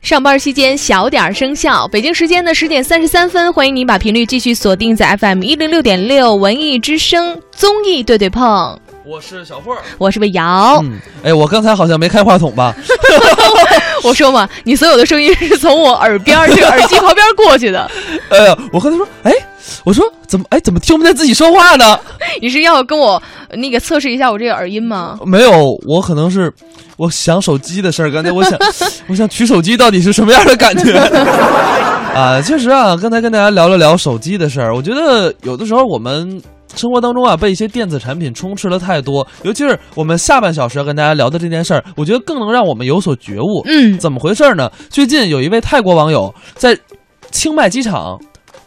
上班期间小点儿生效。北京时间的十点三十三分，欢迎您把频率继续锁定在 FM 一零六点六文艺之声综艺对对碰，我是小慧儿，我是魏瑶。嗯，哎，我刚才好像没开话筒吧？我说嘛，你所有的声音是从我耳边儿这个耳机旁边过去 的，哎呀，我刚才说，哎，我说怎么，哎，怎么听不见自己说话呢？你是要跟我呃那个测试一下我这个耳音吗？没有，我可能是我想手机的事儿。刚才 我想，我想取手机到底是什么样的感觉？ 啊，确实啊，刚才跟大家聊了聊手机的事儿，我觉得有的时候我们。生活当中啊，被一些电子产品充斥了太多，尤其是我们下半小时要跟大家聊的这件事儿，我觉得更能让我们有所觉悟。嗯，怎么回事呢？最近有一位泰国网友在清迈机场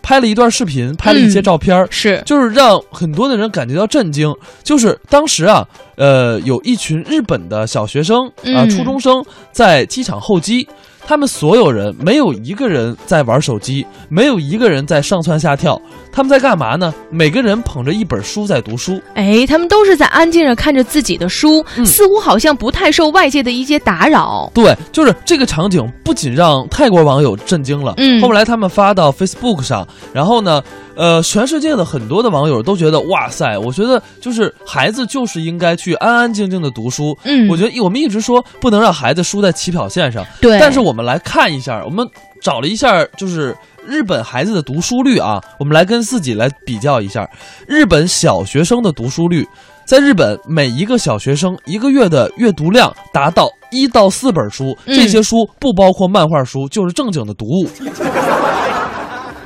拍了一段视频，拍了一些照片儿，是，就是让很多的人感觉到震惊。就是当时啊，呃，有一群日本的小学生啊、嗯初中生在机场候机。他们所有人没有一个人在玩手机，没有一个人在上蹿下跳，他们在干嘛呢？每个人捧着一本书在读书。哎，他们都是在安静的看着自己的书，嗯似乎好像不太受外界的一些打扰。对，就是这个场景不仅让泰国网友震惊了，嗯后来他们发到 Facebook 上，然后呢，呃，全世界的很多的网友都觉得，哇塞，我觉得就是孩子就是应该去安安静静的读书。嗯，我觉得我们一直说不能让孩子输在起跑线上，对，但是我们来看一下，我们找了一下就是日本孩子的读书率啊，我们来跟自己来比较一下，日本小学生的读书率，在日本每一个小学生一个月的阅读量达到一到四本书，嗯这些书不包括漫画书，就是正经的读物。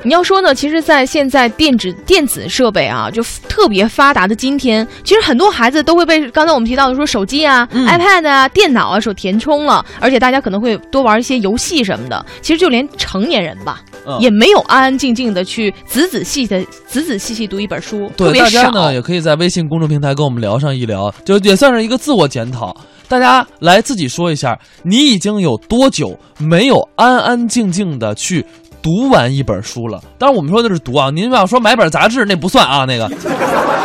你要说呢，其实，在现在电子电子设备啊，就特别发达的今天，其实很多孩子都会被刚才我们提到的说手机啊、嗯 iPad 啊、电脑啊所填充了，而且大家可能会多玩一些游戏什么的。其实就连成年人吧，嗯也没有安安静静的去仔仔细的、仔仔细细读一本书，特对，别大家少。呢也可以在微信公众平台跟我们聊上一聊，就也算是一个自我检讨。大家来自己说一下，你已经有多久没有安安静静的去读完一本书了？当然，我们说的是读啊，您要说买本杂志那不算啊，那个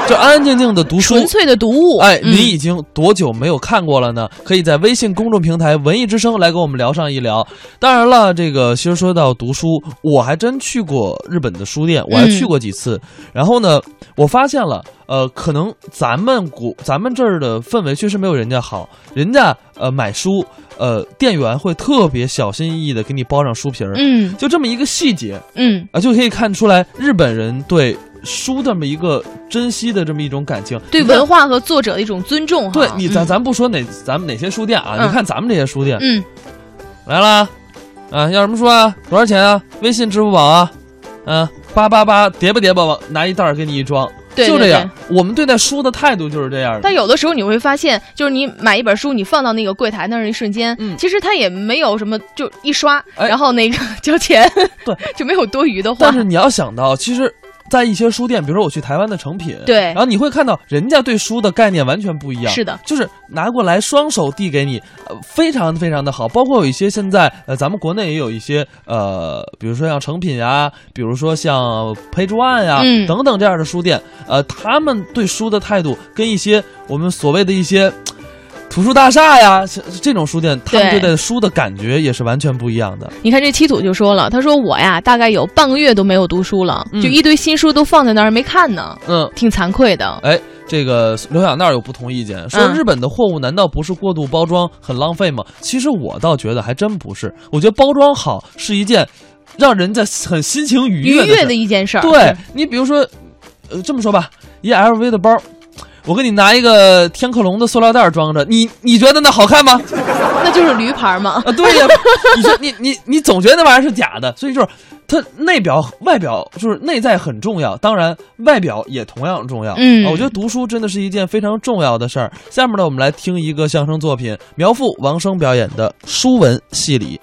就安安静静的读书纯。粹的读物，哎，嗯你已经多久没有看过了呢？可以在微信公众平台“文艺之声”来跟我们聊上一聊。当然了，这个其实说到读书，我还真去过日本的书店，我还嗯去过几次。然后呢，我发现了，呃，可能咱们古咱们这儿的氛围确实没有人家好，人家呃买书，呃，店员会特别小心翼翼的给你包上书皮儿，嗯就这么一个细节，嗯，啊，就可以看出来日本人对书这么一个珍惜的这么一种感情。对你看文化和作者的一种尊重哈。对你咱嗯咱不说哪咱们哪些书店啊，嗯你看咱们这些书店嗯，来啦，啊，要什么书啊？多少钱啊？微信、支付宝啊，嗯，八八八，叠吧叠吧，往拿一袋儿给你一装，对就对这对样。我们对待书的态度就是这样的但。有的时候你会发现，就是你买一本书，你放到那个柜台那儿一瞬间，嗯其实它也没有什么，就一刷，哎然后那个 交钱，对， 就没有多余的话但。是你要想到，其实，在一些书店，比如说我去台湾的诚品，对然，后你会看到人家对书的概念完全不一样，是的，就是拿过来双手递给你，呃，非常非常的好。包括有一些现在呃，咱们国内也有一些呃，比如说像诚品啊，比如说像 Page One 呀、嗯等等这样的书店，呃，他们对书的态度跟一些我们所谓的一些。图书大厦呀，像这种书店，他们对对待书的感觉也是完全不一样的。你看这七土就说了，他说我呀，大概有半个月都没有读书了，嗯就一堆新书都放在那儿没看呢，嗯，挺惭愧的。这个刘小娜有不同意见，说嗯日本的货物难道不是过度包装很浪费吗？其实我倒觉得还真不是，我觉得包装好是一件让人在很心情愉愉悦的事悦的一件事儿， 对你比如说，呃，这么说吧，一 LV 的包，我给你拿一个天客隆的塑料袋装着，你你觉得那好看吗？那就是驴牌嘛。 啊，对呀，你说你你你总觉得那玩意儿是假的，所以就是它内表外表就是内在很重要，当然外表也同样重要。嗯啊我觉得读书真的是一件非常重要的事儿。下面呢，我们来听一个相声作品，苗阜、王声表演的《书文戏里》。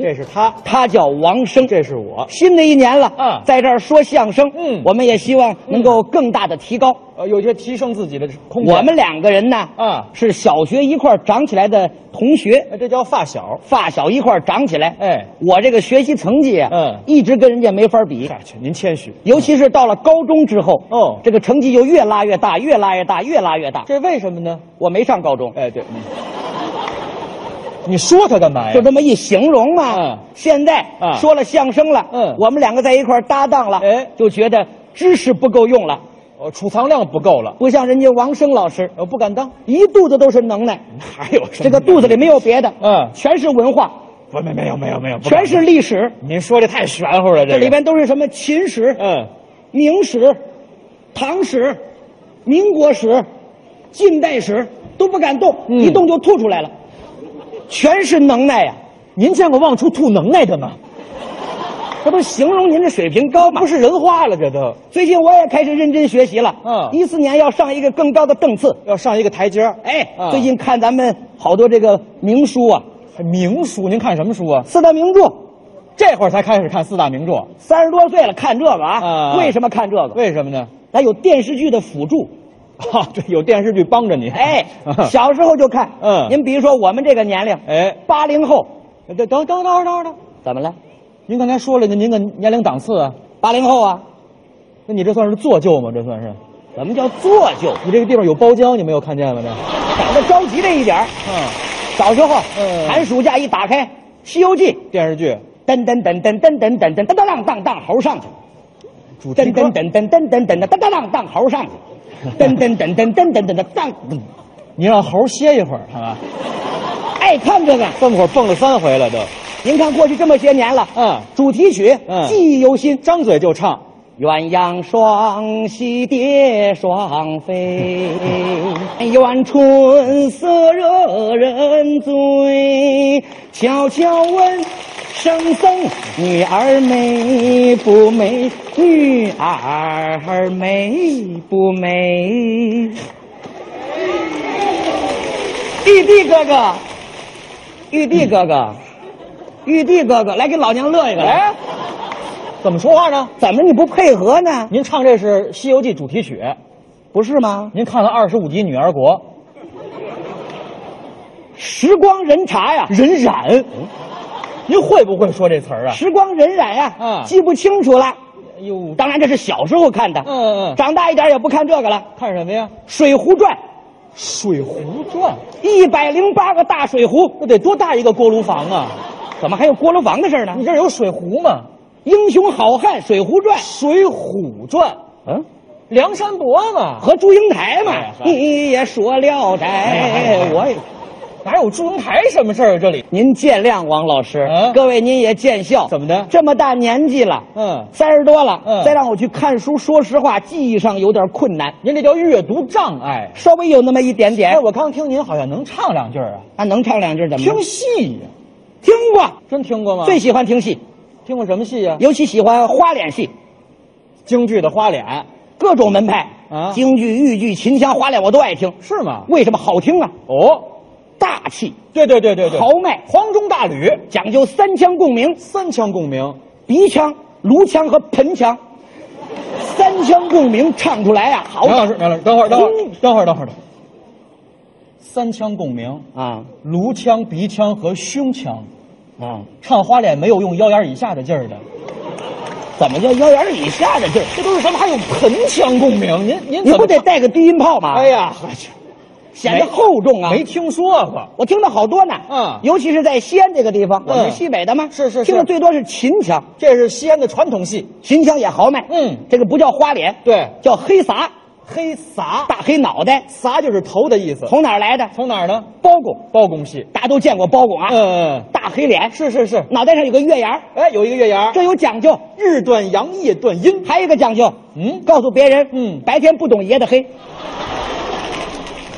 这是他，他叫王生，这是我。新的一年了，啊在这儿说相声，嗯我们也希望能够更大的提高。呃，有些提升自己的空间。我们两个人呢，啊是小学一块儿长起来的同学，呃这叫发小，发小一块儿长起来。哎我这个学习成绩啊，嗯一直跟人家没法比。嗨，去您谦虚，尤其是到了高中之后，哦这个成绩就越拉越大，越拉越大，越拉越大。这为什么呢？我没上高中，哎，对，你说他干嘛呀？就这么一形容啊嗯。现在啊说了相声了，嗯我们两个在一块儿搭档了，哎就觉得知识不够用了，哦储藏量不够了，不像人家王生老师，哦我不敢当。一肚子都是能耐，哪有这个肚子里没有别的，嗯全是文化，不没没有没有没有，不敢全是历史，您说这太玄乎了，这这个里边都是什么秦史、嗯，明史、唐史、民国史、近代史都不敢动，嗯一动就吐出来了，全是能耐啊呀、您见过往出吐能耐的 吗？这不是形容您的水平高吗？不是人话了，这都最近我也开始认真学习了，嗯一四年要上一个更高的档次。要上一个台阶儿。哎，啊最近看咱们好多这个名书啊，还名书，您看什么书啊？四大名著，这会儿才开始看四大名著，三十多岁了看这个啊，啊为什么看这个？为什么呢？它有电视剧的辅助，啊，对，有电视剧帮着你。，哎小时候就看，嗯您比如说我们这个年龄，哎，八零后，等等等等会儿等会儿等会儿，怎么了？您刚才说了您您个年龄档次啊，八零后啊，那你这算是做旧吗？这算是？怎么叫做旧？你这个地方有包浆，你没有看见吗？啊这，长得着急这一点儿嗯，小时候，嗯寒暑假一打开《西游记》，电视剧噔噔噔噔噔噔噔噔噔噔当当当猴上去，主题噔歌噔，噔噔噔噔噔噔噔噔当当猴上去，噔噔噔噔噔噔噔噔当，你让猴歇一会儿，好吧？爱看这个。这么会儿蹦了三回了都，您看过去这么些年了，嗯主题曲，嗯记忆犹新。张嘴就唱，鸳鸯双栖蝶双飞，愿春色惹人醉。悄悄问圣僧，女儿美不美？女儿美不美？玉帝哥哥，玉帝哥哥，玉帝哥哥，来给老娘乐一个来！哎，怎么说话呢？怎么你不配合呢？您唱这是《西游记》主题曲，不是吗？您看了二十五集《女儿国时光荏茶呀》，，人染，您会不会说这词儿啊？时光荏苒呀，嗯记不清楚了。哎呦，当然这是小时候看的，嗯嗯长大一点也不看这个了。看什么呀？ 《水浒传《水浒传》，》一百零八个大水壶，那得多大一个锅炉房啊？怎么还有锅炉房的事呢你？这儿有水壶吗？英雄好汉《水浒传《水浒传》，嗯，梁山伯嘛，和祝英台嘛哎。哎你也说聊哎斋哎，我也。哪有祝英台什么事儿？这里您见谅，王老师，嗯各位您也见笑。怎么的这么大年纪了，嗯三十多了，嗯再让我去看书，说实话，记忆上有点困难，您这叫阅读障碍。稍微有那么一点点哎，。我刚听您好像能唱两句儿啊，啊，能唱两句怎么了？听戏呀，听过，真听过吗？最喜欢听戏，听过什么戏呀？尤其喜欢花脸戏，京剧的花脸各种门派啊京剧、豫剧、秦腔、花脸我都爱听。是吗？为什么好听啊？哦，大气、对对对对对，豪迈，黄钟大吕，讲究三腔共鸣：三腔共鸣，鼻腔、颅腔和盆腔。三腔共鸣唱出来啊，好苗老师，苗老师，等会儿，等会嗯儿，等会儿，等会儿，等会儿三腔共鸣，啊颅腔、鼻腔和胸腔，啊！唱花脸没有用腰眼以下的劲儿的，怎么叫腰眼以下的劲儿？这都是什么？还有盆腔共鸣，您您你怎不么得？带个低音炮吗？哎，呀，显得厚重啊。没听说过，我听的好多呢，嗯尤其是在西安这个地方，我们是嗯西北的嘛，是是是听的最多是秦腔，这是西安的传统戏，秦腔也豪迈，嗯这个不叫花脸，对叫黑撒，黑撒，大黑脑袋，撒就是头的意思，从哪儿来的？从哪儿呢？包公，包公戏，大家都见过包公啊，嗯嗯，大黑脸，是是是，脑袋上有个月牙儿，哎，有一个月牙儿，这有讲究，日断阳，夜断阴，还有一个讲究，嗯告诉别人，嗯白天不懂爷的黑，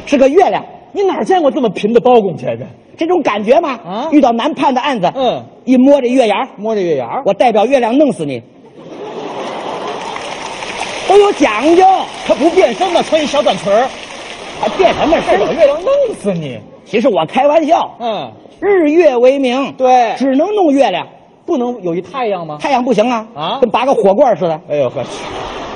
是个月亮，你哪儿见过这么贫的包公去？啊这，这种感觉嘛，啊遇到难判的案子，嗯，一摸这月牙儿，摸着月牙儿，我代表月亮弄死你。都有讲究，他不变身吗？穿一小短裙儿，还变什么代表身？月亮弄死你。 其实我开玩笑，嗯，日月为名，对只能弄月亮，不能有一太阳吗？太阳不行啊，啊跟拔个火罐似的，哎呦呵，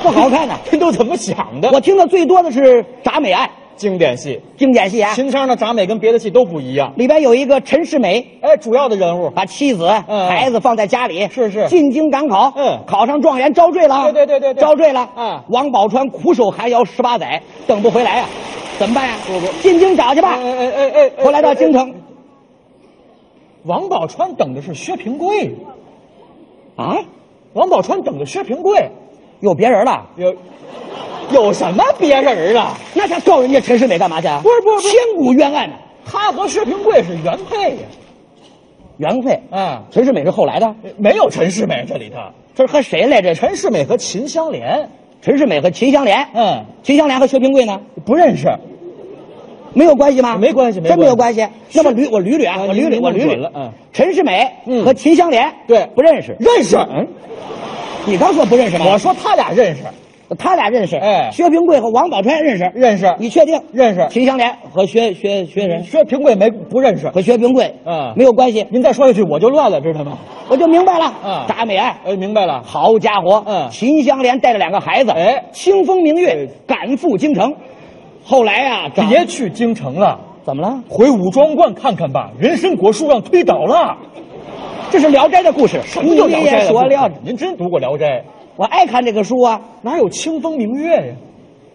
不好看呐、这都怎么想的？我听的最多的是铡美案，经典戏，经典戏啊，秦腔的铡美跟别的戏都不一样。里边有一个陈世美。哎，主要的人物，把妻子、嗯孩子放在家里，是是进京赶考，嗯考上状元招赘了，对对对对对招赘了，嗯王宝钏苦守寒窑十八载，等啊不回来呀、怎么办呀、不不嗯进京找去吧，哎哎哎哎，后来到京城，王宝钏等的是薛平贵，嗯啊，王宝钏等的薛平贵，有别人了？有有什么别人啊？那他告人家陈世美干嘛去啊？不是不是不是千古冤案呢，啊他和薛平贵是原配呀、原配。啊，陈世美是后来的，没有陈世美这里头，这是和谁来着？陈世美和秦香莲，陈世美和秦香莲。嗯，秦香莲和薛平贵呢？不认识。没有关系吗？没关系没真没有关关系。那么捋我捋捋啊，啊我您捋捋，您我弄捋捋准了嗯，陈世美嗯和秦香莲对不认识，认识嗯，你刚说不认识吗？我说他俩认识，他俩认识，哎薛平贵和王宝钏认识，认识你确定？认识秦香莲和薛薛薛仁薛平贵没不认识。和薛平贵，嗯没有关系，您再说下去我就乱了，知道吗？我就明白嗯了。铡美案，哎，明白了。好家伙，嗯秦香莲带着两个孩子，哎清风明月哎赶赴京城，后来啊，找别去京城了，怎么了？回武庄观看看吧。人参果树让推倒了，这是《聊斋》的故事，什么叫《聊你斋也》说了？聊，您真读过《聊斋我爱看这个书啊。》？哪有清风明月呀？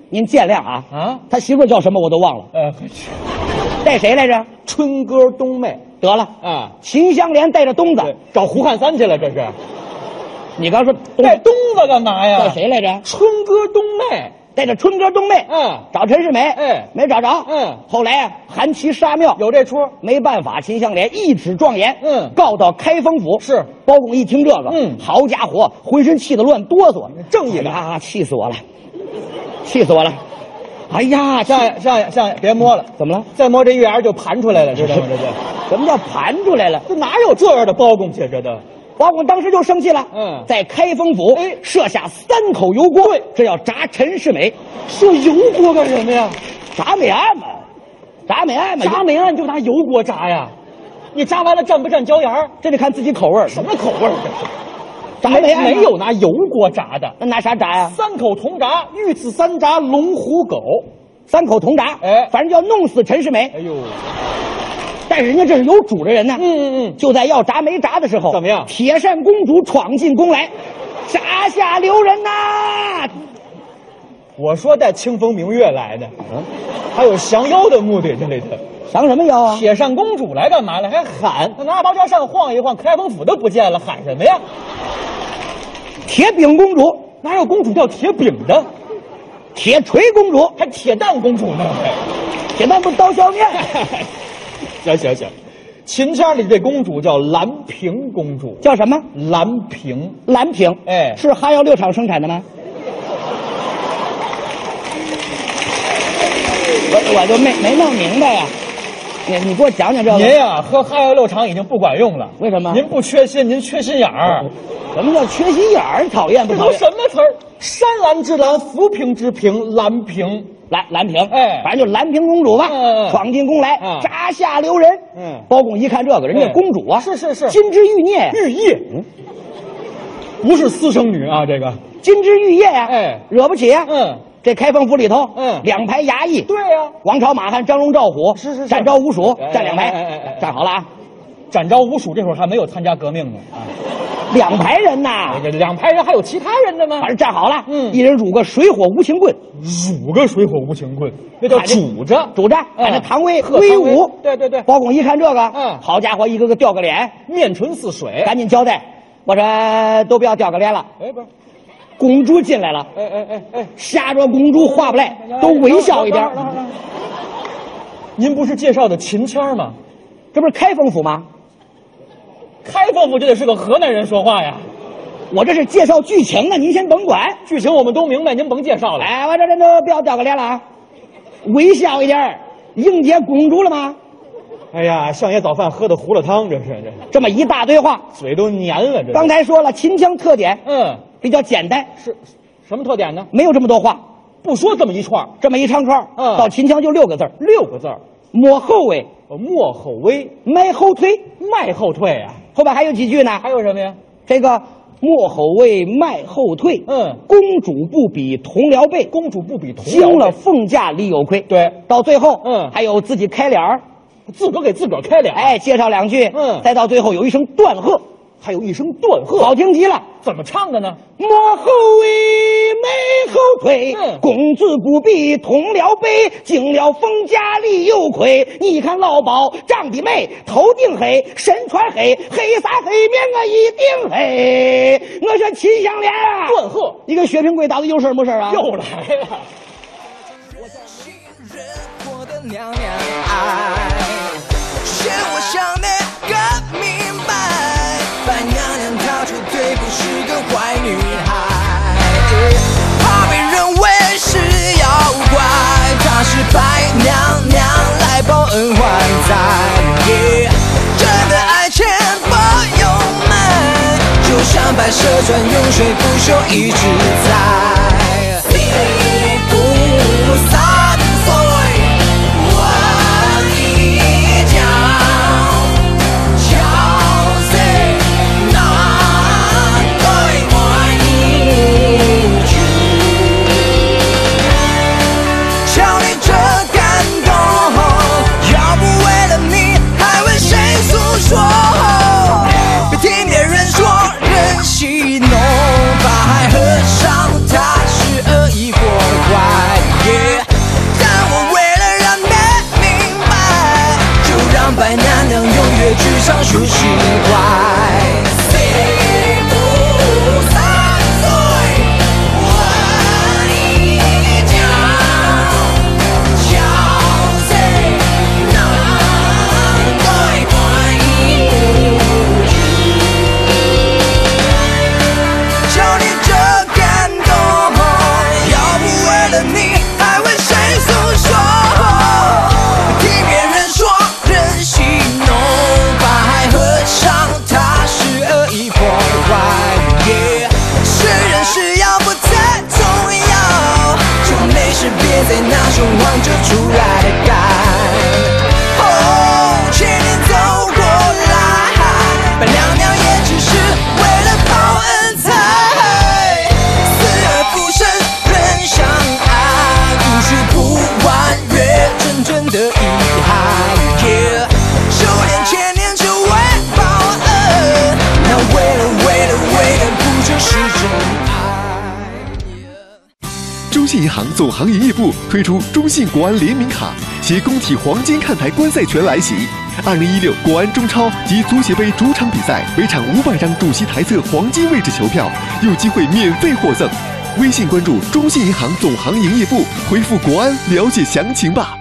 您见谅啊啊他媳妇儿叫什么我都忘了，呃，带谁来着？春歌冬妹得了，啊，秦香莲带着东子，对，找胡汉三去了，这是哎你刚说东带东子干嘛呀？带谁来着？春歌冬妹，带着春哥东妹，嗯找陈世美，哎没找着，嗯后来啊，韩琦杀庙，有这出？没办法，秦香莲一纸状言，嗯告到开封府。是包公一听这个，嗯好家伙，浑身气得乱哆嗦，正义感啊，气死我了，气死我了，哎呀，这下呀下呀下呀，别摸了，怎么了？再摸这月牙就盘出来了，知道吗？这 就什么叫盘出来了？这哪有这样的包公去？这都包公当时就生气了，嗯在开封府哎设下三口油锅，对，这要炸陈世美，说油锅干什么呀？铡美案嘛，铡美案嘛，炸美案就拿油锅炸呀？你炸完了蘸不蘸椒盐儿？这得看自己口味儿什么口味儿这铡美是？案嘛没哎有，拿油锅炸的，那拿啥炸呀？三口同炸，御赐三炸，龙虎狗。三口同铡，哎反正要弄死陈世美。哎呦，但是人家这是有主的人呢，嗯嗯就在要铡没铡的时候，怎么样铁扇公主闯进宫来，铡下留人呐！嗯，我说带清风明月来的，还有降妖的目的，这里头。降什么妖啊？铁扇公主来干嘛了？还喊？那拿芭蕉扇晃一晃，开封府都不见了，喊什么呀？铁饼公主、哪有公主叫铁饼的？铁锤公主，还铁蛋公主呢？铁蛋不刀削面。 行行行，秦腔里这公主叫兰萍公主，叫什么？兰萍。蓝瓶，哎是哈药六厂生产的吗？我我就没没弄明白呀、你你给我讲讲这您个，呀、喝哈药六厂已经不管用了，为什么您不缺心，您缺心眼儿。什么叫缺心眼儿？讨厌不这讨都厌什？么词儿？山兰之兰，浮萍之萍，兰萍。蓝蓝瓶，哎反正就蓝瓶公主吧，嗯嗯嗯闯进宫来，嗯铡下留人。嗯包公一看这个，人家哎公主啊，是是嗯是金枝玉孽呀，玉液，不是私生女啊，这个。金枝玉叶呀，哎惹不起啊。嗯，这开封府里头，嗯两排衙役，对呀、王朝、马汉、张龙、赵虎，是是是展昭、吴蜀哎哎，站两哎哎哎排哎，站好了啊，展昭、吴蜀这会儿还没有参加革命呢，两排人呐啊，，两派人还有其他人的吗反正站好了，嗯一人拄个水火无情棍，煮个水火无情棍，那叫煮着拄着，嗯反正唐威贺威唐威武，对对对包公一看这个，嗯好家伙，一个个掉个脸，面唇似水。赶紧交代，我说都不要掉个脸了。哎，不是，公主进来了，哎哎哎哎，瞎说公主话不赖，都微笑一点。等会儿。等会儿等会儿您不是介绍的秦腔吗？这不是开封府吗？开封府就得是个河南人说话呀。我这是介绍剧情呢，您先甭管。剧情我们都明白，您甭介绍了。哎，我这这都不要掉个脸了啊，微笑一点，迎接公主了吗？哎呀，相爷早饭喝的胡了汤，这是这这么一大堆话，嘴都黏了，这是刚才说了，秦腔特点嗯比较简单，是什么特点呢？没有这么多话。不说这么一串儿这么一长串儿，嗯到秦腔就六个字儿：六个字儿，抹后尾，呃莫后微，迈后腿。迈后退啊。后边还有几句呢？还有什么呀？这个莫后尾，迈后退。嗯公主不比同僚辈，公主不比同僚惊了贵，凤驾李有亏。对到最后，嗯还有自己开脸儿，哎自个儿给自个儿开脸。哎，介绍两句，嗯再到最后有一声断喝，还有一声断喝，好听极了。怎么唱的呢？莫后畏，没后退，嗯公子不必同僚悲，进了封家里有亏。你看老鸨长得美，头顶黑，身穿黑，黑啥黑面我一定黑。我说秦香莲啊，断喝你跟薛平贵打的有事儿没事儿啊？又来了。人我的娘娘哎，是我想那个明白，把娘娘挑出对不是个坏女孩，怕被认为是妖怪，她是白娘娘来报恩还债，真的爱钱不用买，就像白蛇传永垂不朽一直在。不散碎，我的家乡在哪对我一句，瞧你这感动，要不为了你，还为谁诉说？别听别人说人戏弄，把海和尚他是恶意破坏。耶但我为了让你明白，就让白娘娘永远居上舒心怀。不散碎，我的家。消失，难对我一无语。就你这感动，要不为了你，还为谁诉说？听别人说人戏弄，把海和尚他是恶意破坏。耶是人是妖不再重要，就没事别再拿胸膛遮出来盖。哦，请你走过来，白娘娘也只是为了报恩才死而复生，人相爱，故事不完，越纯真的遗憾。Yeah，修炼千年只为报恩，那为了为了为了，不就是真爱？中信银行总行营业部推出中信国安联名卡，携工体黄金看台观赛权来袭。二零一六国安中超及足协杯主场比赛，每场五百张主席台侧黄金位置球票，有机会免费获赠。微信关注中信银行总行营业部，回复“国安”了解详情吧。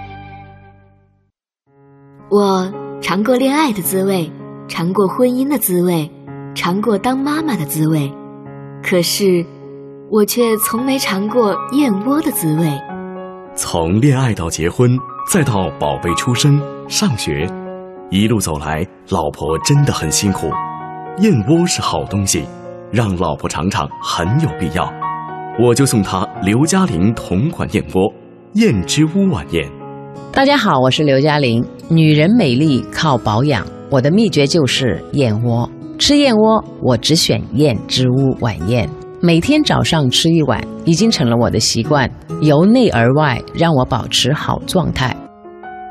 我尝过恋爱的滋味，尝过婚姻的滋味，尝过当妈妈的滋味，可是我却从没尝过燕窝的滋味。从恋爱到结婚，再到宝贝出生、上学，一路走来，老婆真的很辛苦。燕窝是好东西，让老婆尝尝很有必要。我就送她刘嘉玲同款燕窝，燕之屋晚宴。大家好，我是刘嘉玲。女人美丽靠保养，我的秘诀就是燕窝。吃燕窝，我只选燕之屋晚宴，每天早上吃一碗，已经成了我的习惯，由内而外让我保持好状态。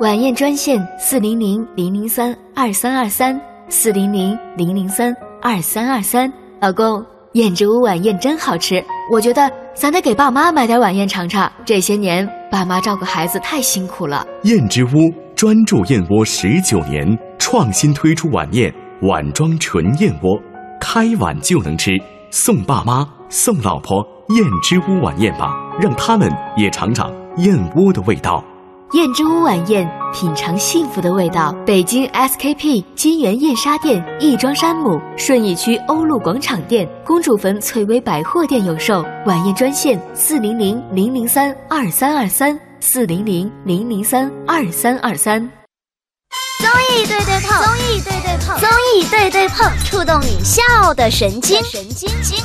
晚宴专线四零零零零三二三二三四零零零零三二三二三。老公，燕之屋晚宴真好吃，我觉得咱得给爸妈买点晚宴尝尝。这些年爸妈照顾孩子太辛苦了。燕之屋专注燕窝十九年，创新推出晚宴碗装纯燕窝，开碗就能吃，送爸妈送老婆燕之屋晚宴吧，让他们也尝尝燕窝的味道。燕之屋晚宴，品尝幸福的味道。北京 SKP 金源燕莎店、亦庄山姆、顺义区欧陆广场店、公主坟翠微百货店有售。晚宴专线：四零零零零三二三二三，四零零零零三二三二三。综艺对对碰，综艺对对碰，综艺对对碰，触动你笑的神经，神经经。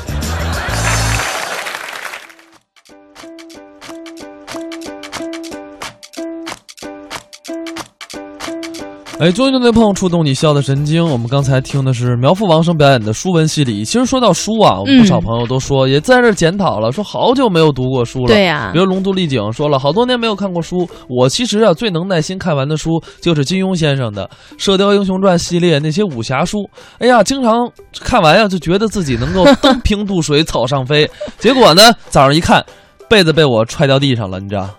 哎，综艺对对碰，触动你笑的神经。我们刚才听的是苗阜王声表演的《书文戏里》。其实说到书啊，我们不少嗯朋友都说，也在这儿检讨了，说好久没有读过书了。对呀比如龙都丽景说了，好多年没有看过书。我其实啊，最能耐心看完的书就是金庸先生的《射雕英雄传》系列那些武侠书。哎呀，经常看完呀、就觉得自己能够登平渡水草上飞。结果呢，早上一看，被子被我踹掉地上了，你知道。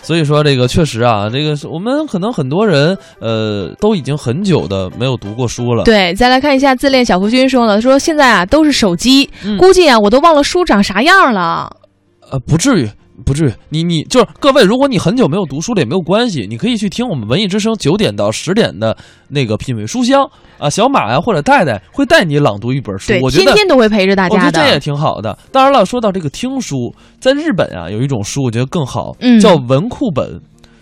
所以说，这个确实啊，这个是我们可能很多人呃都已经很久的没有读过书了。对，再来看一下自恋小夫君说了，说现在啊都是手机，嗯估计啊我都忘了书长啥样了。呃，不至于，不至于。你你就是各位，如果你很久没有读书了也没有关系，你可以去听我们文艺之声九点到十点的那个品味书香啊，小马呀、或者戴戴会带你朗读一本书对。，我觉天得。天都会陪着大我觉家得这也的。挺好的。当然了，说到这个听书，在日本啊，有一种书我觉得更好，嗯叫文库本，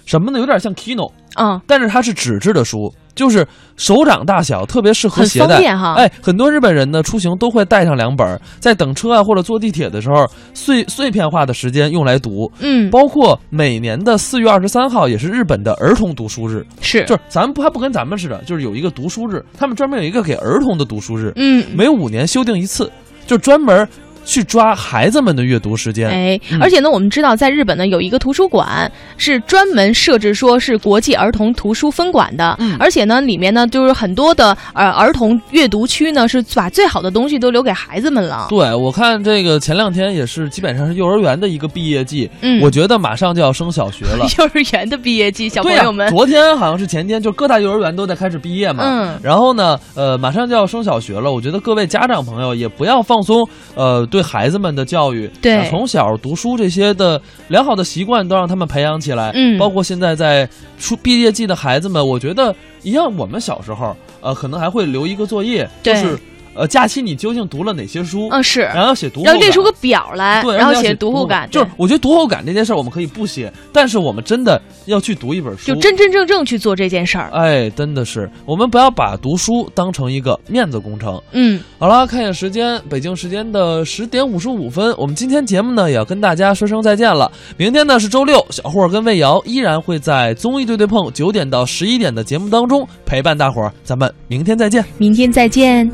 什么呢？有点像 Kino，嗯，但是它是纸质的书，就是手掌大小，特别适合很携带。方便哈哎，很多日本人呢出行都会带上两本儿，在等车啊或者坐地铁的时候，碎碎片化的时间用来读。嗯，包括每年的四月二十三号也是日本的儿童读书日，是，就是咱们不还不跟咱们似的，就是有一个读书日，他们专门有一个给儿童的读书日，嗯。每五年修订一次，就专门去抓孩子们的阅读时间。哎嗯，而且呢，我们知道，在日本呢有一个图书馆是专门设置说是国际儿童图书分馆的，嗯而且呢，里面呢就是很多的呃儿童阅读区呢是把最好的东西都留给孩子们了。对，我看这个前两天也是，基本上是幼儿园的一个毕业季，嗯，我觉得马上就要升小学 了。幼儿园的毕业季，小朋对啊呀，友们，昨天好像是前天，就各大幼儿园都在开始毕业嘛。嗯然后呢，呃，马上就要升小学了，我觉得各位家长朋友也不要放松，呃，对孩子们的教育，对呃从小读书这些的良好的习惯都让他们培养起来。嗯包括现在在出毕业季的孩子们，我觉得一样，我们小时候，呃，可能还会留一个作业，就对是呃，假期你究竟读了哪些书，嗯是，然后写读后然后列感出个表来，对，然后而且要写读读后感，就是我觉得读后感这件事儿我们可以不写，但是我们真的要去读一本书，对就真真正正去做这件事儿。哎，真的是，我们不要把读书当成一个面子工程。嗯，好了，看一眼时间，北京时间的十点五十五分，我们今天节目呢也要跟大家说声再见了。明天呢是周六，小霍儿跟魏瑶依然会在综艺对对碰九点到十一点的节目当中陪伴大伙儿，咱们明天再见。明天再见。